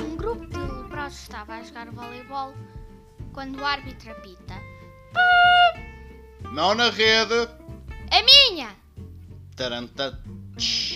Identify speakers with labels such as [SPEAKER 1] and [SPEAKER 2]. [SPEAKER 1] Queiroz um estava a jogar voleibol quando o árbitro apita.
[SPEAKER 2] Não na rede.
[SPEAKER 1] É minha!
[SPEAKER 2] Taranta. Tch.